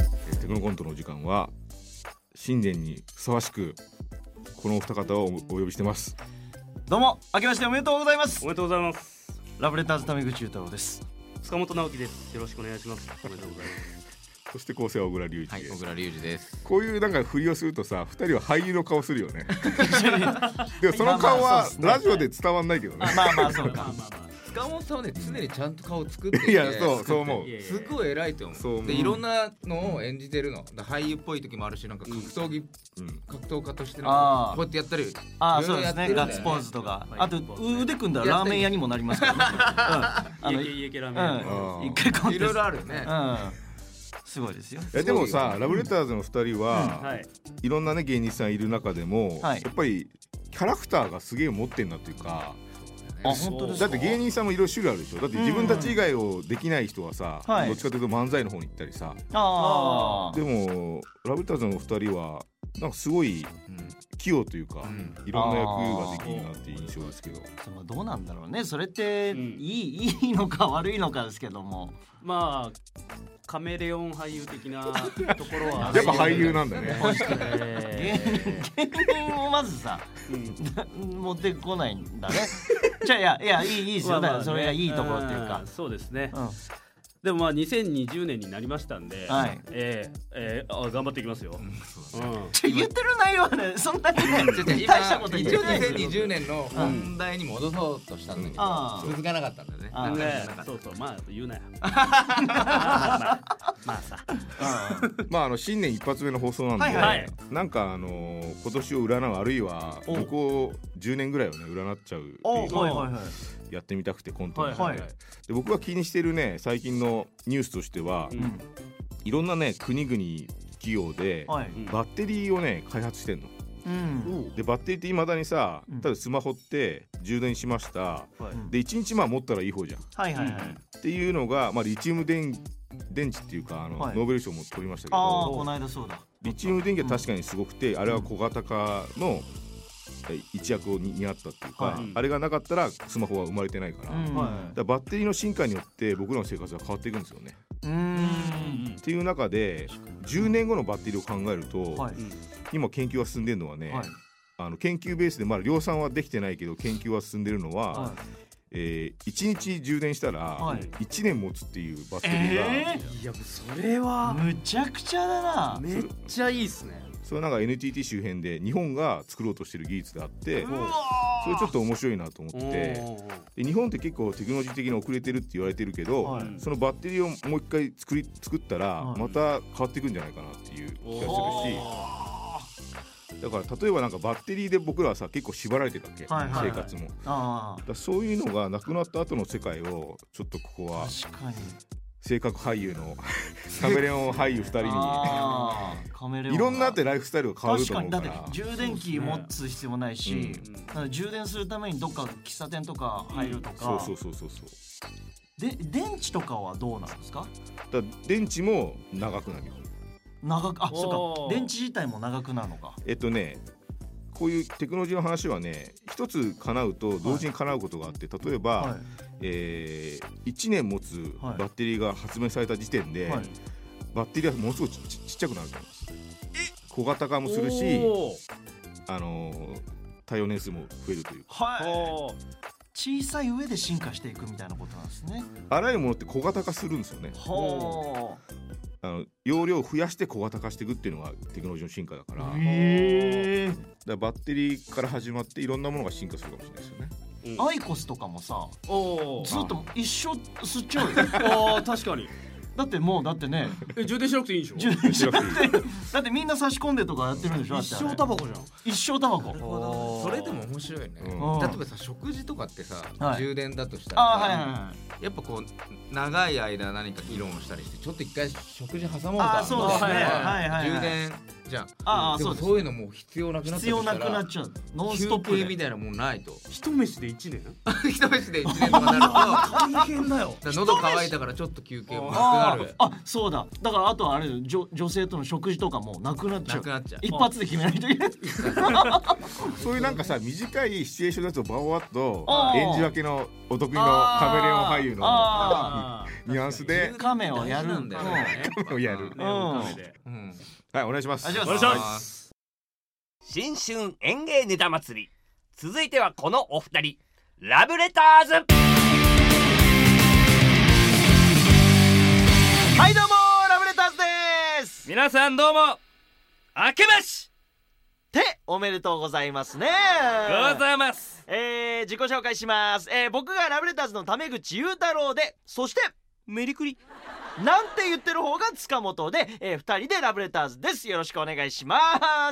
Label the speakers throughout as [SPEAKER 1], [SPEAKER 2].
[SPEAKER 1] テクノコントのお時間は新年にふさわしくこのお二方をお呼びしてます
[SPEAKER 2] どうも明けましておめでとうございま
[SPEAKER 3] お
[SPEAKER 2] す
[SPEAKER 3] めでとうございます
[SPEAKER 2] ラブレターズタミ口太郎です
[SPEAKER 3] 塚本直樹ですよろしくお願いしますおめでとうございます
[SPEAKER 1] そして構成は小倉隆一
[SPEAKER 4] はい、
[SPEAKER 1] です、
[SPEAKER 4] 小倉隆二です。
[SPEAKER 1] こういうなんか振りをするとさ二人は俳優の顔するよねでもその顔
[SPEAKER 2] まあまあ
[SPEAKER 1] は
[SPEAKER 2] そうっすね
[SPEAKER 1] ラジオで伝わんないけどね
[SPEAKER 2] あまあまあそうか
[SPEAKER 4] 塚本さんはね、常にちゃんと顔作ってて。
[SPEAKER 1] いやそうそう思う
[SPEAKER 4] 作っててすごい偉いと思う。
[SPEAKER 1] そう思う
[SPEAKER 4] で、いろんなのを演じてるの。だ俳優っぽい時もあるし、なんか格闘技、
[SPEAKER 1] うん
[SPEAKER 4] 格闘家として
[SPEAKER 2] あ
[SPEAKER 4] の
[SPEAKER 2] ー
[SPEAKER 4] こうやってやったり。
[SPEAKER 2] ああ
[SPEAKER 4] い
[SPEAKER 2] そ
[SPEAKER 4] ろ
[SPEAKER 2] う
[SPEAKER 4] いろ
[SPEAKER 2] で
[SPEAKER 4] や
[SPEAKER 2] す
[SPEAKER 4] って
[SPEAKER 2] ね
[SPEAKER 4] るんだ
[SPEAKER 2] ガッ
[SPEAKER 4] よ
[SPEAKER 2] ツポーズとかあと
[SPEAKER 3] ガッツポーズ
[SPEAKER 2] 腕組んだらラーメン屋にもなりますからね うんあの
[SPEAKER 3] 家系家系ラーメン屋
[SPEAKER 1] あ
[SPEAKER 2] う
[SPEAKER 1] ー
[SPEAKER 2] ん一回コンテス
[SPEAKER 4] い
[SPEAKER 2] ト
[SPEAKER 4] ろいろあるよね。
[SPEAKER 2] うんすごいですよ
[SPEAKER 1] いやでもさラブレターズの二人は、
[SPEAKER 3] はい
[SPEAKER 1] いろんなね芸人さんいる中でも、
[SPEAKER 2] はい
[SPEAKER 1] やっぱりキャラクターがすげえ持ってんなっていうか
[SPEAKER 2] あ本当です
[SPEAKER 1] だ
[SPEAKER 2] か
[SPEAKER 1] って芸人さんもいろいろ種類あるでしょだって自分たち以外をできない人はさ、
[SPEAKER 2] はい
[SPEAKER 1] どっちかというと漫才の方に行ったりさ、
[SPEAKER 2] あ
[SPEAKER 1] でもラブレターズのお二人はなんかすごい器用というか、
[SPEAKER 4] ん
[SPEAKER 1] いろんな役ができるなっていう印象ですけど
[SPEAKER 2] あでもどうなんだろうねそれってい
[SPEAKER 3] うん
[SPEAKER 2] いいいのか悪いのかですけども
[SPEAKER 3] まあカメレオン俳優的なところ は
[SPEAKER 1] やっぱ俳優なんだね
[SPEAKER 3] えー
[SPEAKER 2] 芸人をまずさ
[SPEAKER 3] うん
[SPEAKER 2] 持ってこないんだねじゃあいやいやいいいいですよだ
[SPEAKER 3] まあ
[SPEAKER 2] か
[SPEAKER 3] ま
[SPEAKER 2] らそ
[SPEAKER 3] あね
[SPEAKER 2] れがいいところっていうか
[SPEAKER 3] んそうですね
[SPEAKER 2] うん
[SPEAKER 3] でもまあ2020年になりましたんで
[SPEAKER 2] はい
[SPEAKER 3] えーえーあ頑張っていきますようん
[SPEAKER 2] ちょ言ってる内容は ねそんなにね
[SPEAKER 4] ちょっと今
[SPEAKER 2] 大したこと言って
[SPEAKER 4] 一応
[SPEAKER 2] ないですよ
[SPEAKER 4] 2020年の本題に戻そうとしたんだけ
[SPEAKER 2] あー
[SPEAKER 4] ど、続かなかったんだよね。
[SPEAKER 2] あー
[SPEAKER 3] ね
[SPEAKER 4] なんかなかった
[SPEAKER 3] そうそうまあ言うなよまあまあまあまあさ
[SPEAKER 1] まああの新年一発目の放送なんで、
[SPEAKER 2] はい
[SPEAKER 3] はいはい
[SPEAKER 1] なんかあのー今年を占うあるいは
[SPEAKER 2] お
[SPEAKER 1] 向こう10年ぐらいをね占っちゃうっていう
[SPEAKER 2] お
[SPEAKER 1] の
[SPEAKER 2] はい
[SPEAKER 1] を
[SPEAKER 2] はいはい
[SPEAKER 1] やってみたくてコントの中
[SPEAKER 2] はい
[SPEAKER 1] で
[SPEAKER 2] はい
[SPEAKER 1] で僕が気にしてるね最近のニュースとしては、
[SPEAKER 3] うん
[SPEAKER 2] うん
[SPEAKER 1] いろんなね国々企業で、
[SPEAKER 2] はい
[SPEAKER 3] うん
[SPEAKER 1] バッテリーをね開発してんの。
[SPEAKER 2] うん
[SPEAKER 1] でバッテリーっていまだにさ
[SPEAKER 2] うん
[SPEAKER 1] ただスマホって充電しました、
[SPEAKER 3] はい
[SPEAKER 2] うん
[SPEAKER 1] で1日まあ持ったらいい方じゃんっ
[SPEAKER 2] はいはいはい
[SPEAKER 1] ていうのが、まあ、リチウム電電池っていうかあの、
[SPEAKER 2] はい
[SPEAKER 1] ノーベル賞も取りましたけ
[SPEAKER 2] ああ
[SPEAKER 1] ど
[SPEAKER 2] この間そうだ
[SPEAKER 1] リチウム電池は確かにすごくて、あれは小型化のえ一役を担ったっていうか、
[SPEAKER 2] はい
[SPEAKER 1] あれがなかったらスマホは生まれてないから,、だか
[SPEAKER 2] は
[SPEAKER 1] らバッテリーの進化によって僕らの生活は変わっていくんですよね。
[SPEAKER 2] いうん
[SPEAKER 1] っていう中で10年後のバッテリーを考えると、
[SPEAKER 2] はい
[SPEAKER 3] うん
[SPEAKER 1] 今研究が進んでるのはね、
[SPEAKER 2] はい
[SPEAKER 1] あの研究ベースでまだ量産はできてないけど研究は進んでるのは、
[SPEAKER 2] は
[SPEAKER 1] え1日充電した
[SPEAKER 2] は
[SPEAKER 1] ら
[SPEAKER 2] い
[SPEAKER 1] 1年持つっていうバッテリーが、
[SPEAKER 2] え
[SPEAKER 3] いやもうそれは
[SPEAKER 2] ーむちゃくちゃだな
[SPEAKER 3] めっちゃいいっすね
[SPEAKER 1] それはなんか NTT 周辺で日本が作ろうとしてる技術であってそれちょっと面白いなと思って
[SPEAKER 3] おー
[SPEAKER 1] で日本って結構テクノロジー的に遅れてるって言われてるけど、
[SPEAKER 2] はい
[SPEAKER 1] そのバッテリーをもう一回作り作ったら
[SPEAKER 2] はい
[SPEAKER 1] また変わっていくんじゃないかなっていう気がするし。だから例えばなんかバッテリーで僕らはさ結構縛られてたっけ、
[SPEAKER 2] はいはいはい
[SPEAKER 1] 生活もだか
[SPEAKER 2] あ
[SPEAKER 1] らそういうのがなくなった後の世界をちょっとここは
[SPEAKER 2] ー確かに
[SPEAKER 1] 性格俳優の カメレオン俳優2人
[SPEAKER 2] あーカメレオン
[SPEAKER 1] に
[SPEAKER 2] が
[SPEAKER 1] いろんなってライフスタイルが変わる
[SPEAKER 2] 確
[SPEAKER 1] と
[SPEAKER 2] か
[SPEAKER 1] 思う
[SPEAKER 2] にだ
[SPEAKER 1] か
[SPEAKER 2] って
[SPEAKER 1] ら
[SPEAKER 2] 充電器持つ必要もないし、
[SPEAKER 1] うん
[SPEAKER 3] うん
[SPEAKER 2] だから充電するためにどっか喫茶店とか入るとか、
[SPEAKER 1] そうそうそうそうそう
[SPEAKER 2] で電池とかはどうなんですか
[SPEAKER 1] だから電池も長くなるよ
[SPEAKER 2] 長くあ
[SPEAKER 3] おー
[SPEAKER 2] そうか電池自体も長くなるのか
[SPEAKER 1] えっとねこういうテクノロジーの話はね一つ叶うと同時に叶うことがあって例えば、
[SPEAKER 2] は
[SPEAKER 1] え1年持つ
[SPEAKER 2] は
[SPEAKER 1] バ
[SPEAKER 2] い
[SPEAKER 1] ッテリーが発明された時点
[SPEAKER 2] い
[SPEAKER 1] で、
[SPEAKER 2] はい
[SPEAKER 1] バッテリーはものすごくちちちっちゃくなると思います小型化もするし
[SPEAKER 3] おー
[SPEAKER 1] あのー耐用年数も増えるという
[SPEAKER 2] はい
[SPEAKER 3] おー
[SPEAKER 2] 小さい上で進化していくみたいなことなんですね
[SPEAKER 1] あらゆるものって小型化するんですよね
[SPEAKER 2] は
[SPEAKER 1] あの容量を増やして小型化していくっていうのがテクノロジーの進化だから,、
[SPEAKER 2] あ
[SPEAKER 1] だか
[SPEAKER 2] へえ
[SPEAKER 1] らバッテリーから始まっていろんなものが進化するかもしれないですよね
[SPEAKER 3] うん
[SPEAKER 2] アイコスとかもさ
[SPEAKER 3] おー
[SPEAKER 2] ずっと一生吸っちゃうよ
[SPEAKER 3] あー確か に
[SPEAKER 2] だってもうだってね
[SPEAKER 3] え充電しなくていいんでしょ
[SPEAKER 2] 充電しなく
[SPEAKER 1] し
[SPEAKER 2] て だってみんな差し込んでとかやってるんでしょだってあれ
[SPEAKER 3] バコじゃん
[SPEAKER 2] 一生タバコ
[SPEAKER 4] それでも面白いね、
[SPEAKER 1] うん
[SPEAKER 4] 例えばさ食事とかってさ、
[SPEAKER 2] はい
[SPEAKER 4] 充電だとしたら
[SPEAKER 2] あ
[SPEAKER 4] さ
[SPEAKER 2] あはいはいはい
[SPEAKER 4] やっぱこう長い間何か議論をしたりしてちょっと一回食事挟もう
[SPEAKER 2] あ
[SPEAKER 4] か
[SPEAKER 2] ーそうですね
[SPEAKER 4] みたいな
[SPEAKER 2] はいはいはい
[SPEAKER 4] 充電じゃ
[SPEAKER 2] ああ
[SPEAKER 4] で
[SPEAKER 2] そ
[SPEAKER 4] も
[SPEAKER 2] うです
[SPEAKER 4] そういうのもう必要なくなっ
[SPEAKER 2] 必
[SPEAKER 4] てきた
[SPEAKER 2] 要
[SPEAKER 4] ら
[SPEAKER 2] なくなっちゃうノンストップ
[SPEAKER 4] 休
[SPEAKER 2] で
[SPEAKER 4] 憩みたいなもんない と
[SPEAKER 3] 一飯で一年
[SPEAKER 4] 一飯で一年とかなると
[SPEAKER 2] 大変だよ
[SPEAKER 4] だから喉乾いたからちょっと休憩もな
[SPEAKER 2] あ
[SPEAKER 4] くなる
[SPEAKER 2] ああそうだだからあとはあれだよ女女性との食事とかもなくなっちゃ
[SPEAKER 4] な
[SPEAKER 2] う
[SPEAKER 4] くなっちゃう
[SPEAKER 2] 一発で決めないといけない
[SPEAKER 1] そういうなんかさ短いシチュエーションだとバワッと
[SPEAKER 2] あー
[SPEAKER 1] 演じ分けのお得意の
[SPEAKER 2] あー
[SPEAKER 1] カメレオン俳優の
[SPEAKER 2] あ
[SPEAKER 1] ニュアンスで
[SPEAKER 2] カメをやる
[SPEAKER 4] んだよね
[SPEAKER 1] を やる
[SPEAKER 2] ん
[SPEAKER 4] うん
[SPEAKER 1] はいお願いします
[SPEAKER 2] お願いし
[SPEAKER 3] お願いします
[SPEAKER 5] 新春演芸ネタ祭り続いてはこのお二人ラブレターズ
[SPEAKER 2] ーはいどうもラブレターズです
[SPEAKER 5] 皆さんどうも明けまして
[SPEAKER 2] おめでとうございますね
[SPEAKER 5] ございます
[SPEAKER 2] えー、自己紹介します、えー、僕がラブレターズのタメ口裕太郎でそして
[SPEAKER 5] メリクリ
[SPEAKER 2] なんて言ってる方が塚本で、えー、二人でラブレターズですよろしくお願いしま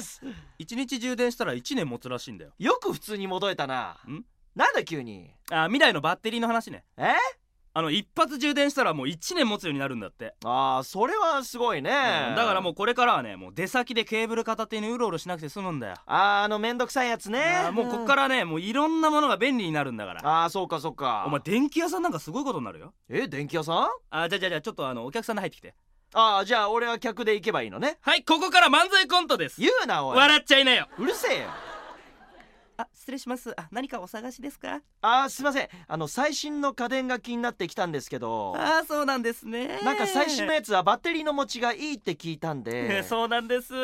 [SPEAKER 2] す
[SPEAKER 5] 一日充電したら一年持つらしいんだよ
[SPEAKER 2] よく普通に戻れたなんなんだ急に
[SPEAKER 5] あ未来のバッテリーの話ね
[SPEAKER 2] え
[SPEAKER 5] あの一発充電したらもう一年持つようになるんだって、
[SPEAKER 2] ああそれはすごいね、
[SPEAKER 5] うんだからも
[SPEAKER 2] う
[SPEAKER 5] うこれからはねもう出先でケーブル片手にうろうろしなくて済むんだよ
[SPEAKER 2] あーあのめんどくさいやつね
[SPEAKER 5] あーもうこっかららねもういろんなものが便利になるんだから
[SPEAKER 2] ああそうかそうか
[SPEAKER 5] お前電気屋さんなんかすごいことになるよ
[SPEAKER 2] え電気屋さん
[SPEAKER 5] あーじゃあじゃあじゃあちょっとあのお客さんで入ってきて
[SPEAKER 2] ああじゃあ俺は客で行けばいいのね
[SPEAKER 5] はいここから漫才コントです
[SPEAKER 2] 言うなおい
[SPEAKER 5] 笑っちゃいなよ
[SPEAKER 2] うるせえよ
[SPEAKER 5] あ失礼しますあ何かお探しですか
[SPEAKER 2] あーすいませんあの最新の家電が気になってきたんですけど
[SPEAKER 5] あそうなんですね
[SPEAKER 2] なんか最新のやつはバッテリーの持ちがいいって聞いたんで
[SPEAKER 5] そうなんです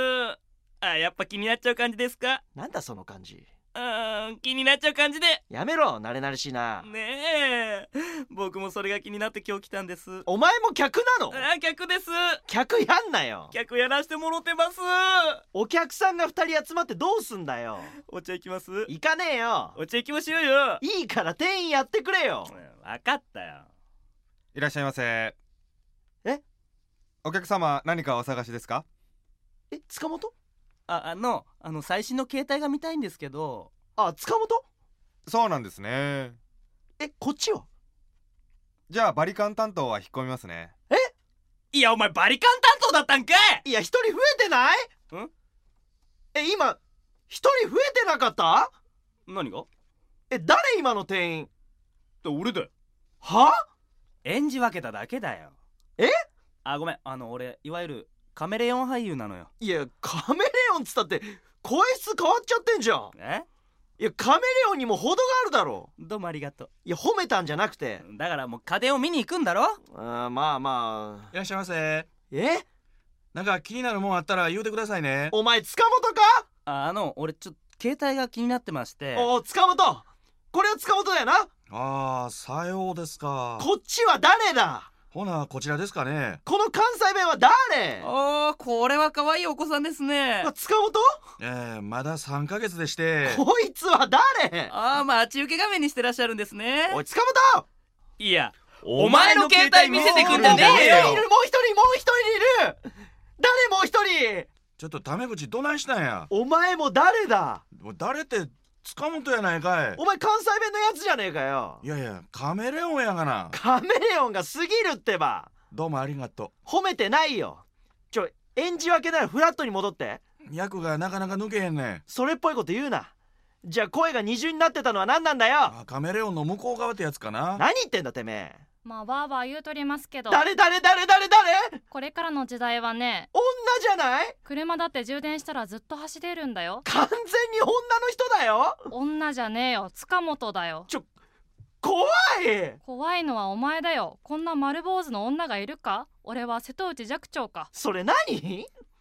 [SPEAKER 5] あやっぱ気になっちゃう感じですか
[SPEAKER 2] なんだその感じ
[SPEAKER 5] うーん気になっちゃう感じで
[SPEAKER 2] やめろ慣れ慣れしいな
[SPEAKER 5] ねえ僕もそれが気になって今日来たんです
[SPEAKER 2] お前も客なの
[SPEAKER 5] あ客です
[SPEAKER 2] 客やんなよ
[SPEAKER 5] 客やらしてもろてます
[SPEAKER 2] お客さんが2人集まってどうすんだよ
[SPEAKER 5] お茶行きます
[SPEAKER 2] 行かねえよ
[SPEAKER 5] お茶行きましょうよ
[SPEAKER 2] いいから店員やってくれよ
[SPEAKER 5] 分かったよ
[SPEAKER 6] いらっしゃいませ。
[SPEAKER 2] え
[SPEAKER 6] お客様、何かお探しですか
[SPEAKER 2] え塚本
[SPEAKER 5] ああのあの最新の携帯が見たいんですけど
[SPEAKER 2] あ塚本
[SPEAKER 6] そうなんですね。
[SPEAKER 2] えこっちは
[SPEAKER 6] じゃあ、バリカン担当は引っ込みますね。
[SPEAKER 5] いやお前バリカン担当だったんかい
[SPEAKER 2] いや一人増えてない
[SPEAKER 5] ん
[SPEAKER 2] え今一人増えてなかった
[SPEAKER 5] 何が
[SPEAKER 2] え誰今の店員
[SPEAKER 5] 俺だよ
[SPEAKER 2] は
[SPEAKER 5] 演じ分けただけだよ
[SPEAKER 2] え
[SPEAKER 5] あごめんあの俺いわゆるカメレオン俳優なのよ
[SPEAKER 2] いやカメレオンっつったって声質変わっちゃってんじゃん
[SPEAKER 5] え
[SPEAKER 2] いやカメレオンにも程があるだろ
[SPEAKER 5] どうもありがと
[SPEAKER 2] いや褒めたんじゃなくて
[SPEAKER 5] うだからもう家電を見に行くんだろ
[SPEAKER 2] あーまあまあ
[SPEAKER 7] いらっしゃいませ。
[SPEAKER 2] え
[SPEAKER 7] なんか気になるもんあったら言うてくださいね。
[SPEAKER 2] お前塚本か
[SPEAKER 5] ああの俺ちょっと携帯が気になってまして
[SPEAKER 2] おお塚本これは塚本だよな
[SPEAKER 7] ああ、さようですか。
[SPEAKER 2] こっちは誰だ
[SPEAKER 7] ほな、こちらですかね。
[SPEAKER 2] この関西弁は誰
[SPEAKER 5] おーこれは可愛いお子さんですね
[SPEAKER 2] あ塚本
[SPEAKER 7] えー、まだ3ヶ月でして。
[SPEAKER 2] こいつは誰
[SPEAKER 5] ああ待ち受け画面にしてらっしゃるんですね
[SPEAKER 2] おい塚本
[SPEAKER 5] いやお前の携帯見せてくんじ
[SPEAKER 2] も
[SPEAKER 5] ゃ
[SPEAKER 2] う一
[SPEAKER 5] ねえ
[SPEAKER 2] 人い
[SPEAKER 5] よ
[SPEAKER 2] るもう一人もう一人いる誰もう一人
[SPEAKER 7] ちょっとタメ口どないしたんや。
[SPEAKER 2] お前も誰だ
[SPEAKER 7] もう誰って塚本やないかい
[SPEAKER 2] お。前関西弁のやつじゃねえかよ
[SPEAKER 7] いやいや、カメレオンやがな。
[SPEAKER 2] カメレオンが過ぎるってば
[SPEAKER 7] どうもありがと
[SPEAKER 2] 褒めてないよちょ演じ分けならフラットに戻って
[SPEAKER 7] う。役がなかなか抜けへんねん。
[SPEAKER 2] それっぽいこと言うなじゃあ声が二重になってたのは何なんだよ
[SPEAKER 7] あカメレオンの向こう側ってやつかな。
[SPEAKER 2] 何言ってんだてめえ
[SPEAKER 8] まあばあばあ言うとりますけど
[SPEAKER 2] 誰誰誰誰誰
[SPEAKER 8] これからの時代はね
[SPEAKER 2] 女じゃない
[SPEAKER 8] 車だって充電したらずっと走れるんだよ
[SPEAKER 2] 完全に女の人だよ
[SPEAKER 8] 女じゃねえよ塚本だよ
[SPEAKER 2] 怖い
[SPEAKER 8] 怖いのはお前だよこんな丸坊主の女がいるか俺は瀬戸内寂聴か
[SPEAKER 2] それ何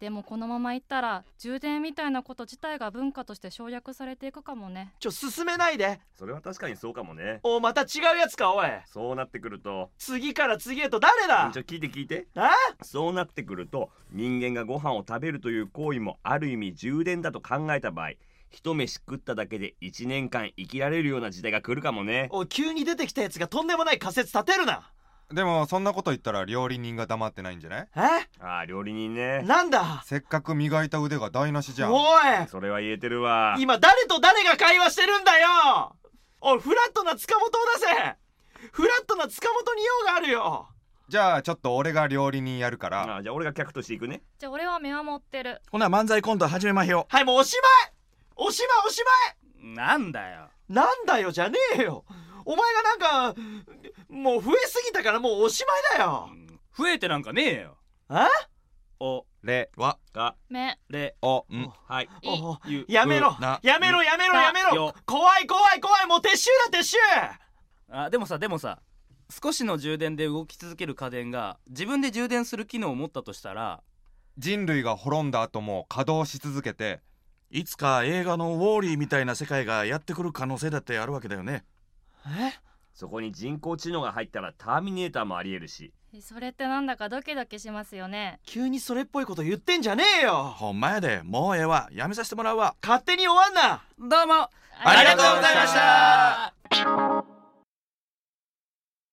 [SPEAKER 8] でもこのまま行ったら充電みたいなこと自体が文化として省略されていくかもね
[SPEAKER 2] ちょ進めないで
[SPEAKER 9] それは確かにそうかもね
[SPEAKER 2] おまた違うやつかおい
[SPEAKER 9] そうなってくると
[SPEAKER 2] 次から次へと誰だ
[SPEAKER 9] じゃあ聞いて聞いて
[SPEAKER 2] あ
[SPEAKER 9] そうなってくると人間がご飯を食べるという行為もある意味充電だと考えた場合一飯食っただけで1年間生きられるような時代が来るかもね
[SPEAKER 2] おい急に出てきたやつがとんでもない仮説立てるな
[SPEAKER 6] でも、そんなこと言ったら料理人が黙ってないんじゃない
[SPEAKER 2] え
[SPEAKER 9] ああ料理人ね
[SPEAKER 2] なんだ
[SPEAKER 6] せっかく磨いた腕が台無しじゃん。
[SPEAKER 2] おい
[SPEAKER 9] それは言えてるわ
[SPEAKER 2] 今誰と誰が会話してるんだよおいフラットな塚本を出せフラットな塚本に用があるよ
[SPEAKER 6] じゃあちょっと俺が料理人やるから
[SPEAKER 9] あじゃあ俺が客としていくね
[SPEAKER 8] じゃあ俺は目は持ってる
[SPEAKER 7] ほな漫才コント始めまひょ
[SPEAKER 2] はいもうおしまいおしまいおし
[SPEAKER 3] なんだよ
[SPEAKER 2] まいなんだよじゃねえよお前がなんかもう増えすぎたからもうおしまいだよ
[SPEAKER 3] 増えてなんかねえよ
[SPEAKER 2] あ
[SPEAKER 3] お
[SPEAKER 6] レ
[SPEAKER 9] が
[SPEAKER 8] 目
[SPEAKER 3] れ
[SPEAKER 7] おん
[SPEAKER 9] はい
[SPEAKER 8] い
[SPEAKER 2] お
[SPEAKER 3] ゆ
[SPEAKER 2] やめろ
[SPEAKER 7] うな
[SPEAKER 2] やめろやめろやめろ
[SPEAKER 3] よ
[SPEAKER 2] 怖い怖い怖いもう撤収だ撤収
[SPEAKER 3] あでもさでもさ少しの充電で動き続ける家電が自分で充電する機能を持ったとしたら
[SPEAKER 6] 人類が滅んだ後も稼働し続けて
[SPEAKER 7] いつか映画のウォーリーみたいな世界がやってくる可能性だってあるわけだよね
[SPEAKER 2] え
[SPEAKER 9] そこに人工知能が入ったらターミネーターもありえるし
[SPEAKER 8] それってなんだかドキドキしますよね
[SPEAKER 2] 急にそれっぽいこと言ってんじゃねえよ
[SPEAKER 7] ほんまやでもうええわやめさせてもらうわ
[SPEAKER 2] 勝手に終わんな
[SPEAKER 3] どうも
[SPEAKER 8] あ
[SPEAKER 7] りがとうございました